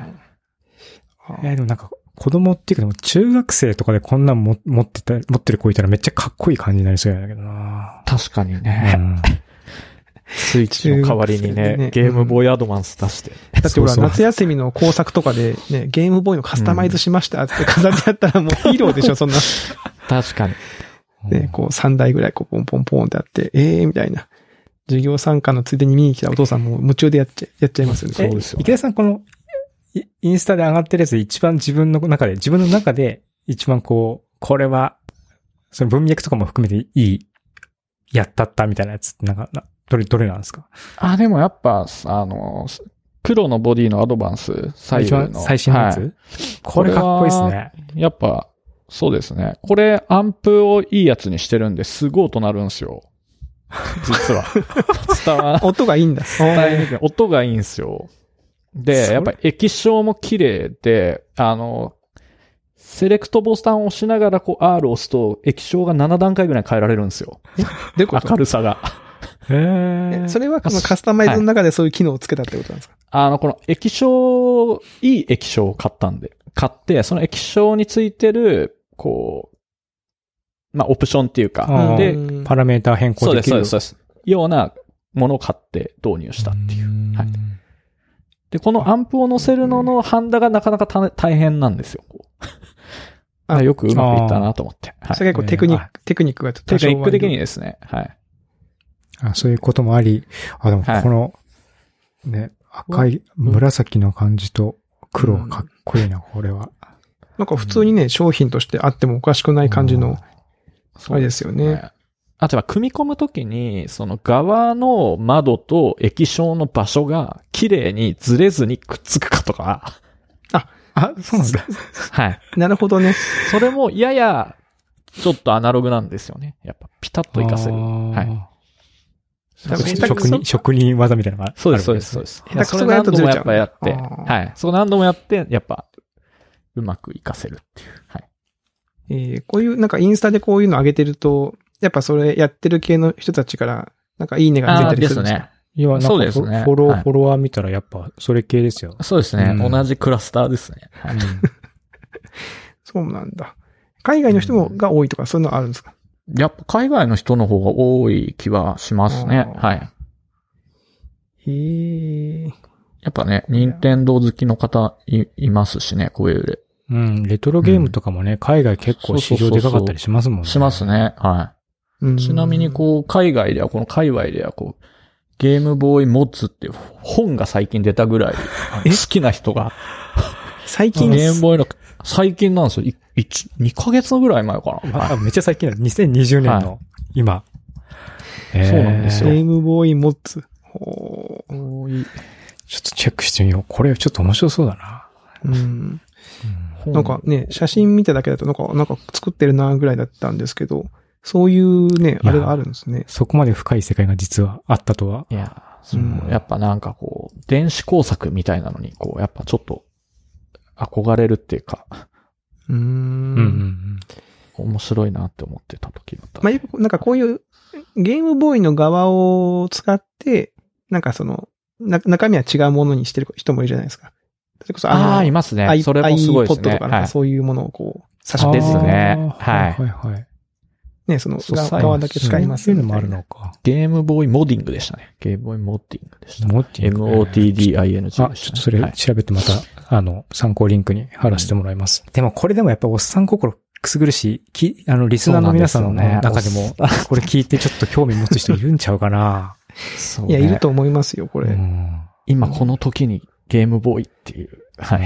[SPEAKER 1] いや、でもなんか、子供っていうか、でも中学生とかでこんなんも持ってた、持ってる子いたらめっちゃかっこいい感じになりそうやけどな。
[SPEAKER 3] 確かに
[SPEAKER 1] う
[SPEAKER 3] ね。
[SPEAKER 1] ん
[SPEAKER 3] スイッチの代わりに
[SPEAKER 2] 中学生で
[SPEAKER 3] ね
[SPEAKER 2] ね、
[SPEAKER 3] ゲームボーイアドバンス出して。
[SPEAKER 2] だってほら、
[SPEAKER 1] そうそう
[SPEAKER 2] 夏休みの工作とかで、ね、ゲームボーイのカスタマイズしましたって飾ってやったらもうヒーローでし
[SPEAKER 1] *laughs*
[SPEAKER 2] ょ、そんな。
[SPEAKER 3] 確かに。
[SPEAKER 2] ね、こう3台ぐらいこうポンポンポンってあって、ええー、みたいな。授業参加のついでに見に来たお父さんも夢中でやっちゃやっちゃいますよね。
[SPEAKER 3] そうですよね
[SPEAKER 1] 池田さん、この、イインスタで上がってるやつで一番自分の中で、自分の中で一番こう、これは、その文脈とかも含めていい、やったったみたいなやつって、なんか、などれ、どれなんですか
[SPEAKER 3] あ、でもやっぱ、あの、黒のボディのアドバンス、最
[SPEAKER 1] 一
[SPEAKER 3] 右
[SPEAKER 1] 番
[SPEAKER 3] の。
[SPEAKER 1] 最新のやつ、
[SPEAKER 3] はい
[SPEAKER 1] これかっこいいです
[SPEAKER 3] これ
[SPEAKER 1] ね。
[SPEAKER 3] やっぱ、そうですね。これ、アンプをいいやつにしてるんで、すごい音鳴るんですよ。実は。 *laughs* 伝わ
[SPEAKER 2] 音がい
[SPEAKER 1] *laughs*
[SPEAKER 2] いんだ。
[SPEAKER 3] らない音がいいんですよ。
[SPEAKER 1] そ
[SPEAKER 3] で、
[SPEAKER 1] れ
[SPEAKER 3] やっぱり液晶も綺麗で、あの、セレクトボタンを押しながら、こう、R を押すと、液晶が7段階ぐらい変えられるんですよ。
[SPEAKER 2] でこ
[SPEAKER 3] 明
[SPEAKER 2] と
[SPEAKER 3] るさが。
[SPEAKER 1] へー
[SPEAKER 2] えそれはこのカスタマイズの中でそういう機能をつけたってことなんですか、
[SPEAKER 3] あの、この液晶、いい液晶を買ったんで、買って、その液晶についてる、こう、まあ、オプションっていうか、
[SPEAKER 1] あー
[SPEAKER 3] で
[SPEAKER 2] うん
[SPEAKER 1] パラメータ変更
[SPEAKER 3] そう
[SPEAKER 1] で
[SPEAKER 3] です、
[SPEAKER 1] き
[SPEAKER 3] そうで
[SPEAKER 1] る
[SPEAKER 3] す、そうです。ようなものを買って導入したっていう。
[SPEAKER 1] う
[SPEAKER 3] はいで、このアンプを乗せるののハンダがなかなかた大変なんですよ。こう
[SPEAKER 2] あ
[SPEAKER 3] *laughs* よくうまくいったなと思って。はい
[SPEAKER 2] そ。れが結構テクニック、テクニックが
[SPEAKER 3] テ
[SPEAKER 2] 多
[SPEAKER 3] ク
[SPEAKER 2] 少
[SPEAKER 3] ニッ
[SPEAKER 2] は
[SPEAKER 3] ク的にですね。はい。
[SPEAKER 1] あそういうこともあり、あ、でも
[SPEAKER 3] はい
[SPEAKER 1] この、ね、赤い、
[SPEAKER 3] ん
[SPEAKER 1] 紫の感じと黒はかっこいいな、これは。
[SPEAKER 2] なんか普通にね、商品としてあってもおかしくない感じの、あれですよね。。
[SPEAKER 3] あとは、組み込むときに、その側の窓と液晶の場所が綺麗にずれずにくっつくかとか、
[SPEAKER 1] あ、そうなんだ。
[SPEAKER 3] はい。
[SPEAKER 2] *laughs* なるほどね。
[SPEAKER 3] それもやや、ちょっとアナログなんですよね。やっぱ、ピタッと活かせる。はい
[SPEAKER 1] い
[SPEAKER 2] 多分下手く
[SPEAKER 1] 職
[SPEAKER 2] そ
[SPEAKER 1] 人、職人技みたいなのがある
[SPEAKER 3] そうです、そうです、そう
[SPEAKER 1] で。
[SPEAKER 3] ですす。
[SPEAKER 2] 下手くそがやるとずれちゃう
[SPEAKER 3] それ何度もやっぱやっ
[SPEAKER 2] あ
[SPEAKER 3] て、はい。そこ何度もやって、やっぱ、うまく活かせるっていう。はい。
[SPEAKER 2] えーこういう、なんかインスタでこういうの上げてると、やっぱそれやってる系の人たちから、なんかいいねがついたりするんですか。
[SPEAKER 1] いや、なんか
[SPEAKER 3] そうですね
[SPEAKER 1] フォロ
[SPEAKER 3] は
[SPEAKER 1] ー、
[SPEAKER 3] い
[SPEAKER 1] フォロワー見たらやっぱ、それ系ですよ。
[SPEAKER 3] そうです
[SPEAKER 1] うん
[SPEAKER 3] じクラスターですね。はい
[SPEAKER 2] そうなんだ。海外の人もが多いとか、そういうのあるんですか
[SPEAKER 3] やっぱ海外の人の方が多い気はしますね。
[SPEAKER 2] うん
[SPEAKER 3] はい。
[SPEAKER 2] へえ。
[SPEAKER 3] やっぱね、任天堂好きの方いいますしね、こういう
[SPEAKER 1] うん。うんレトロゲームとかもね、海外結構市場でかかったりしますもんね。
[SPEAKER 3] しますね。は
[SPEAKER 2] うん
[SPEAKER 3] い。ちなみにこう、海外では、この界隈ではこう、ゲームボーイモッズっていう本が最近出たぐらい、あの好きな人が、
[SPEAKER 2] 最近、
[SPEAKER 3] ゲームボーイの、最近なんですよ。い一、二ヶ月ぐらい前かな。
[SPEAKER 1] あ。めっちゃ最近だ。2020年の、今。えー
[SPEAKER 3] そうなんです
[SPEAKER 2] ゲ
[SPEAKER 3] よ
[SPEAKER 2] ームボーイモッツ。ほ
[SPEAKER 3] ボーイ
[SPEAKER 1] ちょっとチェックしてみよう。これちょっと面白そうだな。
[SPEAKER 2] う。うん。
[SPEAKER 1] うん
[SPEAKER 2] なんかね、写真見ただけだと、なんか、なんか作ってるなぐらいだったんですけど、そういうね、
[SPEAKER 1] いや
[SPEAKER 2] あれがあるんですね。
[SPEAKER 1] そこまで深い世界が実はあったとは。
[SPEAKER 3] いや、そう
[SPEAKER 2] うん
[SPEAKER 3] やっぱなんかこう、電子工作みたいなのに、こう、やっぱちょっと、憧れるっていうか、
[SPEAKER 2] うー。
[SPEAKER 1] うんうんうんん。
[SPEAKER 3] 面白いなって思ってた時だった。
[SPEAKER 2] まあ、よくなんかこういう、ゲームボーイの側を使って、なんかその、な中身は違うものにしてる人もいるじゃないですか。それこそ
[SPEAKER 3] ああ、い
[SPEAKER 2] の、
[SPEAKER 3] ます
[SPEAKER 2] ア
[SPEAKER 3] ね。
[SPEAKER 2] イ
[SPEAKER 3] それもすごいです
[SPEAKER 2] iPod
[SPEAKER 3] ね。
[SPEAKER 2] とかなん
[SPEAKER 3] は
[SPEAKER 2] か
[SPEAKER 3] い。
[SPEAKER 2] そういうものをこう、差し
[SPEAKER 3] あ
[SPEAKER 2] 込ん
[SPEAKER 3] ー
[SPEAKER 2] で
[SPEAKER 3] ですね
[SPEAKER 1] は。
[SPEAKER 3] はいい
[SPEAKER 1] はいはい。
[SPEAKER 2] ね、その
[SPEAKER 3] そう
[SPEAKER 2] 裏
[SPEAKER 3] そう
[SPEAKER 2] 側だけ使います
[SPEAKER 1] そう
[SPEAKER 2] み
[SPEAKER 1] い
[SPEAKER 2] た
[SPEAKER 1] う
[SPEAKER 2] い
[SPEAKER 1] の
[SPEAKER 2] な
[SPEAKER 1] もあるのか。
[SPEAKER 3] ゲームボーイモディングでしたね。ゲームボーイモディングでした。
[SPEAKER 1] モッティング
[SPEAKER 3] MOTDING でした、ね。
[SPEAKER 1] あ、ちょっとそれ
[SPEAKER 3] はい
[SPEAKER 1] 調べてまた、あの、参考リンクに貼らせてもらいます。でもこれでもやっぱおっさん心くすぐるし、き、あの、リスナーの皆さんの
[SPEAKER 3] そうなん
[SPEAKER 1] 中
[SPEAKER 3] です
[SPEAKER 1] で
[SPEAKER 3] よね
[SPEAKER 1] も、これ聞いてちょっと興味持つ人いるんちゃうかな。
[SPEAKER 3] そう
[SPEAKER 2] い
[SPEAKER 3] ね
[SPEAKER 2] や、いると思いますよ、こ
[SPEAKER 1] う
[SPEAKER 2] れ。
[SPEAKER 1] ん。
[SPEAKER 3] 今この時にゲームボーイっていう。はい。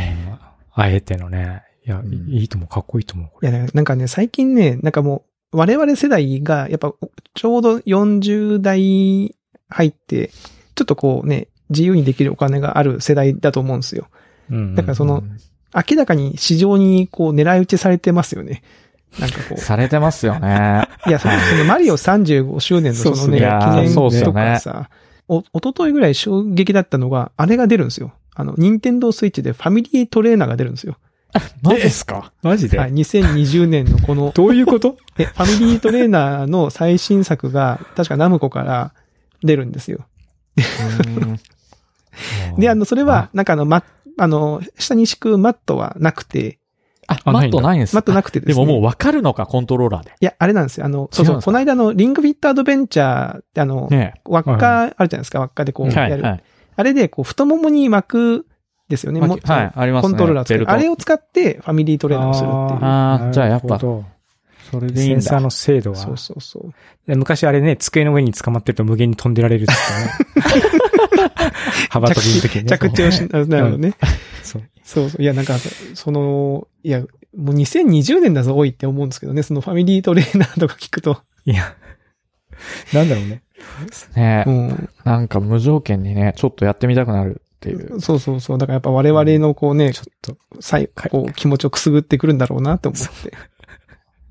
[SPEAKER 1] あえてのね。いや、
[SPEAKER 3] うん
[SPEAKER 1] いいともかっこいいと思う、こ
[SPEAKER 2] い
[SPEAKER 1] れ。
[SPEAKER 2] や、なんかね、最近ね、なんかもう、我々世代が、やっぱ、ちょうど40代入って、ちょっとこうね、自由にできるお金がある世代だと思うんですよ。
[SPEAKER 1] うんうん
[SPEAKER 2] だからその
[SPEAKER 3] うん
[SPEAKER 2] 明らかに市場にこう狙い撃ちされてますよね。なんかこう。
[SPEAKER 3] されてます
[SPEAKER 2] *laughs*
[SPEAKER 3] よね。
[SPEAKER 2] いや、そのそのマリオ35周年の
[SPEAKER 1] そうっす
[SPEAKER 2] そのね、
[SPEAKER 1] ねい
[SPEAKER 2] 記
[SPEAKER 1] や
[SPEAKER 3] ー
[SPEAKER 2] 念
[SPEAKER 3] そうっす
[SPEAKER 2] と
[SPEAKER 3] よ
[SPEAKER 2] か
[SPEAKER 3] ね
[SPEAKER 2] さ、お、おとといぐらい衝撃だったのが、あれが出るんですよ。あの、ニンテンドースイッチでファミリートレーナーが出るんですよ。
[SPEAKER 3] マジですか
[SPEAKER 1] マジで、
[SPEAKER 2] はい、2020年のこ
[SPEAKER 3] *laughs*
[SPEAKER 2] の、
[SPEAKER 1] どういうこと
[SPEAKER 2] え、ファミリートレーナーの最新作が、確かナムコから出るんですよ。で、あの、それは、なんかあの、ま、あの、下に敷くマットはなくて、
[SPEAKER 3] あ、
[SPEAKER 1] あ
[SPEAKER 3] マ
[SPEAKER 1] ない
[SPEAKER 3] ッ
[SPEAKER 1] んだ
[SPEAKER 3] トないんです。
[SPEAKER 2] マットなくてです
[SPEAKER 3] で
[SPEAKER 2] ね。
[SPEAKER 3] ももうわかるのか、コントローラーで。
[SPEAKER 2] いや、あれなんですよ。あの、そう
[SPEAKER 3] 違う
[SPEAKER 2] そ
[SPEAKER 3] ん
[SPEAKER 2] う。
[SPEAKER 3] ですか
[SPEAKER 2] この間のリングフィットアドベンチャーってあの、
[SPEAKER 3] ね
[SPEAKER 2] 輪っか
[SPEAKER 1] は
[SPEAKER 2] あるじゃないですか。輪っかでこう
[SPEAKER 1] うん
[SPEAKER 3] え。は
[SPEAKER 2] や
[SPEAKER 3] い、
[SPEAKER 2] る。
[SPEAKER 3] はい。
[SPEAKER 2] あれでこう太ももに巻くですよね。も
[SPEAKER 3] まあはい、あります
[SPEAKER 2] コ
[SPEAKER 3] ね。
[SPEAKER 2] ントローラーつけ
[SPEAKER 3] ベル
[SPEAKER 2] る。
[SPEAKER 3] ト
[SPEAKER 2] あれを使ってファミリートレーナーをするっていう。
[SPEAKER 3] あーじゃあやっぱ
[SPEAKER 1] なるほど
[SPEAKER 3] それでいい
[SPEAKER 1] セ
[SPEAKER 3] ん
[SPEAKER 1] ンサー
[SPEAKER 3] だ。
[SPEAKER 1] の精度
[SPEAKER 2] そ
[SPEAKER 1] は
[SPEAKER 2] う。そうそう。
[SPEAKER 1] で昔あれね、机の上に捕まってると無限に飛んでられるっつってね。幅
[SPEAKER 2] 着
[SPEAKER 1] 跳びの時にね。
[SPEAKER 2] 地、着地を
[SPEAKER 3] *laughs*
[SPEAKER 2] し、ななるほどね。
[SPEAKER 1] そう
[SPEAKER 2] そうそう。いや、なんか、その、いや、もう2020年だぞ、多いって思うんですけどね。そのファミリートレーナーとか聞くと。
[SPEAKER 1] いや、なんだろうね。
[SPEAKER 3] ね
[SPEAKER 2] う
[SPEAKER 3] え
[SPEAKER 2] ん。
[SPEAKER 3] なんか無条件にね、ちょっとやってみたくなるっていう。
[SPEAKER 2] そうそうそう。だからやっぱ我々のこうね
[SPEAKER 1] ち、ょっと。
[SPEAKER 2] 最こう気持ちをくすぐってくるんだろうなと思って。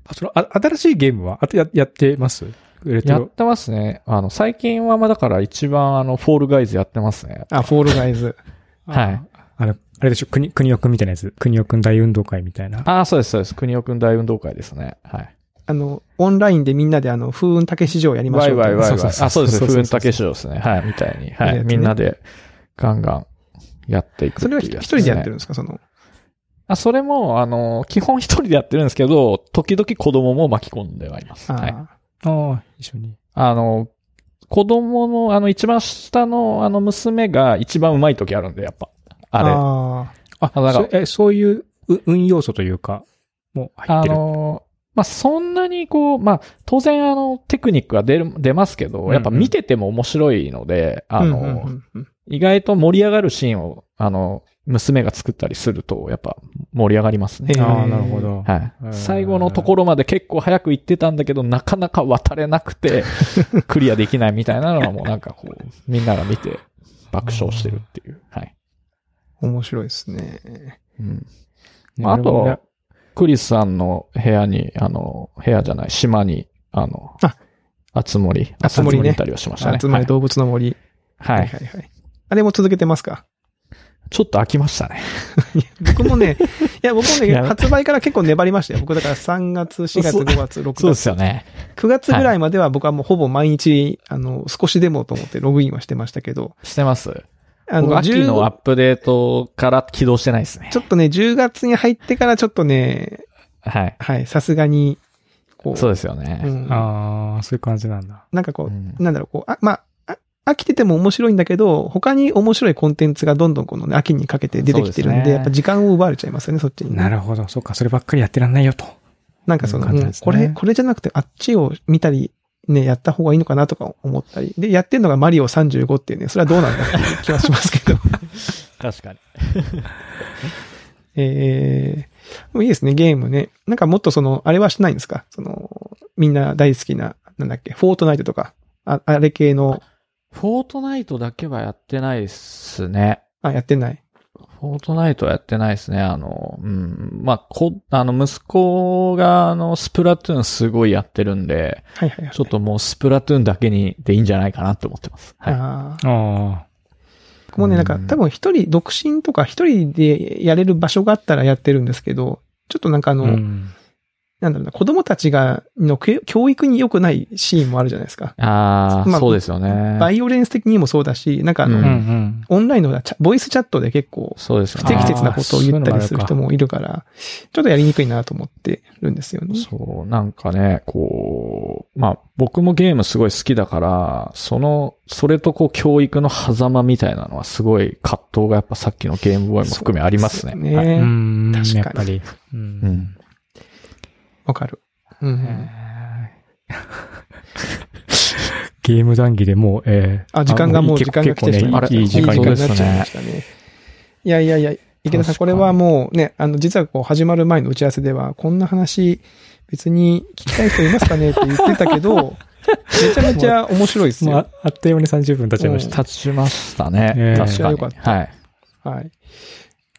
[SPEAKER 1] あ、その、あ新しいゲームはあとややってますレト
[SPEAKER 3] やっ
[SPEAKER 1] ロ。
[SPEAKER 3] てますね。あの、最近はまあだから一番あの、フォールガイズやってますね。
[SPEAKER 2] あ、フォールガイズ。
[SPEAKER 3] はい。
[SPEAKER 1] あの、あれでしょ、国、国尾くんみたいなやつ。国尾くん大運動会みたいな。
[SPEAKER 3] ああ、そうです、そうです。国尾くん大運動会ですね。はい。
[SPEAKER 2] あの、オンラインでみんなであの、風雲竹市場やりま
[SPEAKER 3] わ
[SPEAKER 2] し
[SPEAKER 3] い
[SPEAKER 2] ょうと。
[SPEAKER 3] わいわいわい。
[SPEAKER 1] そうそうそう
[SPEAKER 3] あ、そうです。
[SPEAKER 1] そうそう
[SPEAKER 3] 風
[SPEAKER 1] そう
[SPEAKER 3] 雲竹市場ですね。はい、みたいに。
[SPEAKER 2] や
[SPEAKER 3] は
[SPEAKER 2] る
[SPEAKER 3] い。
[SPEAKER 2] やつね
[SPEAKER 3] みんなで、ガンガン、やっていくって
[SPEAKER 2] そ
[SPEAKER 3] いう
[SPEAKER 2] れは
[SPEAKER 3] やつ
[SPEAKER 2] 一
[SPEAKER 3] すね
[SPEAKER 2] 人でやってるんですか、その。
[SPEAKER 3] あ、それも、あの、基本一人でやってるんですけど、時々子供も巻き込んではいます。
[SPEAKER 2] あ
[SPEAKER 3] はい。
[SPEAKER 1] ああ、一緒に。
[SPEAKER 3] あの、子供の、あの、一番下の、あの、娘が一番うまい時あるんで、やっぱ。あれ。あ
[SPEAKER 2] あ
[SPEAKER 1] あ、
[SPEAKER 3] だから
[SPEAKER 1] そえそういうう運要素というか、もう入ってる。
[SPEAKER 3] の、まあ、そんなにこう、まあ、当然あの、テクニックは出る、出ますけど、やっぱ
[SPEAKER 1] うんうん
[SPEAKER 3] 見てても面白いので、
[SPEAKER 2] あ
[SPEAKER 3] あの、
[SPEAKER 2] うんうんうん
[SPEAKER 3] 意外と盛り上がるシーンを、あの、娘が作ったりすると、やっぱ盛り上がりますね。
[SPEAKER 2] えー
[SPEAKER 1] ああ、なるほど。
[SPEAKER 3] はい
[SPEAKER 1] うん。
[SPEAKER 3] 最後のところまで結構早く行ってたんだけど、なかなか渡れなく *laughs* て、クリアできないみたいなのはもうなんかこう、みんなが見て爆笑してるっていう。はい。
[SPEAKER 2] 面白いですね。
[SPEAKER 3] うん。
[SPEAKER 1] ね
[SPEAKER 3] まああと、
[SPEAKER 1] 俺も
[SPEAKER 3] クリスさんの部屋に、あの、部屋じゃない、島に、あの、
[SPEAKER 2] あ
[SPEAKER 3] あつ森、
[SPEAKER 2] あつ森ね
[SPEAKER 3] 行ったりをしました
[SPEAKER 2] あ
[SPEAKER 3] ね。
[SPEAKER 2] つまり動物の森。
[SPEAKER 3] はい。はい。
[SPEAKER 2] はいはい。あれも続けてますか
[SPEAKER 3] ちょっと飽きましたね。
[SPEAKER 2] 僕も
[SPEAKER 3] *laughs*
[SPEAKER 2] ね、いや、僕も
[SPEAKER 3] い
[SPEAKER 2] ね、
[SPEAKER 3] や
[SPEAKER 2] 発売から結構粘りましたよ。僕だから3月、4月、
[SPEAKER 3] そう
[SPEAKER 2] 5月、6
[SPEAKER 3] そうで
[SPEAKER 2] 月。
[SPEAKER 3] すよね。
[SPEAKER 2] 9月ぐらいまでは僕はもうほぼ毎日、あの、少しでもと思ってログインはしてましたけど、
[SPEAKER 3] してます。
[SPEAKER 2] あ
[SPEAKER 3] 僕秋のアッ
[SPEAKER 2] 10
[SPEAKER 3] プデートから起動してないですね
[SPEAKER 2] ち。ょっとね、10月に入ってからちょっとね、
[SPEAKER 3] はい。
[SPEAKER 2] はい、さすがに、こう、
[SPEAKER 3] そうですよね。
[SPEAKER 2] うん
[SPEAKER 1] ああ、そういう感じなんだ。
[SPEAKER 2] なんかこ
[SPEAKER 3] う
[SPEAKER 2] う、
[SPEAKER 3] ん
[SPEAKER 2] なんだろう、こう、あ、まあ、あ飽きてても面白いんだけど、他に面白いコンテンツがどんどんこのね、秋にかけて出てきてるん
[SPEAKER 3] そ
[SPEAKER 2] で、
[SPEAKER 3] うですね
[SPEAKER 2] やっぱ時間を奪われちゃいますよね、そっちにね、
[SPEAKER 1] なるほど。そうか、そればっかりやってらんないよと。
[SPEAKER 2] なんかその、
[SPEAKER 1] うん
[SPEAKER 2] う
[SPEAKER 1] 感
[SPEAKER 2] ん
[SPEAKER 1] じですね
[SPEAKER 2] これ、これじゃなくてあっちを見たり、ね、やった方がいいのかなとか思ったり。で、やってんのがマリオ35っていうね、それはどうなんだっていう気はしますけど。
[SPEAKER 3] 確かに。
[SPEAKER 2] えー、でもいいですね、ゲームね。なんかもっとその、あれはしないんですかその、みんな大好きな、なんだっけ、フォートナイトとか、ああれ系の、
[SPEAKER 3] フォートナイトだけはやってないっすね。
[SPEAKER 2] あ、やってない。
[SPEAKER 3] フォートナイトはやってないですね。あの、うん。まあ、こ、あの、息子が、あの、スプラトゥーンすごいやってるんで、
[SPEAKER 2] はいはいはい。
[SPEAKER 3] ちょっともうスプラトゥーンだけにでいいんじゃないかなと思ってます。はい。
[SPEAKER 2] ああ。
[SPEAKER 1] あ
[SPEAKER 2] 僕もね、なんか
[SPEAKER 3] うん
[SPEAKER 2] 多分一人、独身とか一人でやれる場所があったらやってるんですけど、ちょっとなんかあ
[SPEAKER 1] あ。
[SPEAKER 2] の、
[SPEAKER 1] うん。
[SPEAKER 2] なんだろうな、子供たちが、のけ教育に良くないシーンもあるじゃないですか。
[SPEAKER 3] ああ、
[SPEAKER 2] まあ
[SPEAKER 3] そうですよね。
[SPEAKER 2] バイオレンス的にもそうだし、なんかあの、
[SPEAKER 3] う
[SPEAKER 1] うんんうん。
[SPEAKER 2] オンラインのチャボイスチャットで結構
[SPEAKER 3] そうですよ
[SPEAKER 2] 不
[SPEAKER 3] ね。
[SPEAKER 2] 適切なことを言ったりする人もいるから、ちょっとやりにくいなと思ってるんですよね。
[SPEAKER 3] そう、なんかね、こう、まあ、僕もゲームすごい好きだから、その、それとこう、教育の狭間みたいなのはすごい葛藤がやっぱさっきのゲームボーイも含めありますね。
[SPEAKER 2] そうです
[SPEAKER 3] はい
[SPEAKER 2] ね。
[SPEAKER 1] う
[SPEAKER 2] わ、
[SPEAKER 1] ん。
[SPEAKER 2] 確かに
[SPEAKER 1] やっぱり。う。
[SPEAKER 3] うんん。
[SPEAKER 2] かる。うん。
[SPEAKER 1] *laughs* ゲーム談義でもう、えー
[SPEAKER 2] あ、時間がもう時間が来てしま
[SPEAKER 1] あ
[SPEAKER 2] い
[SPEAKER 1] も
[SPEAKER 2] ま
[SPEAKER 1] う結構ね、い
[SPEAKER 2] した。
[SPEAKER 1] いいい時間
[SPEAKER 2] いい
[SPEAKER 1] に
[SPEAKER 2] 時
[SPEAKER 1] な
[SPEAKER 2] 間になっちゃいましたね。いやいやいや、池田さん、
[SPEAKER 3] 確
[SPEAKER 2] こ
[SPEAKER 3] か
[SPEAKER 2] れ
[SPEAKER 3] に
[SPEAKER 2] はもうね、あの、実はこう、始まる前の打ち合わせでは、こんな話、別に聞きたい人いますかねって言ってたけど、めちゃめちゃ面白いです
[SPEAKER 1] ま
[SPEAKER 2] よ
[SPEAKER 1] あ。、あっという間に30分経っちゃいました。
[SPEAKER 3] 立ちましたね。
[SPEAKER 1] えー
[SPEAKER 3] 確かに。
[SPEAKER 2] よかった
[SPEAKER 3] はい。
[SPEAKER 2] はい。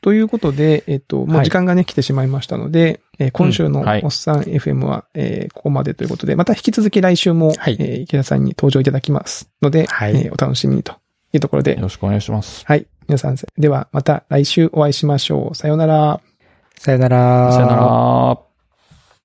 [SPEAKER 2] ということで、えっと、もう時間がね、来てしまいましたので、えー今週の
[SPEAKER 3] うんはい
[SPEAKER 2] おっさん FM は、えーここまでということで、また引き続き来週も、
[SPEAKER 1] はい
[SPEAKER 2] えー池田さんに登場いただきますので、
[SPEAKER 1] はい
[SPEAKER 2] えーお楽しみにというところで
[SPEAKER 3] よ、ろしくお願いします。
[SPEAKER 2] はい。皆さん、ではまた来週お会いしましょう。さようなら。
[SPEAKER 1] さよなら
[SPEAKER 3] さよなら。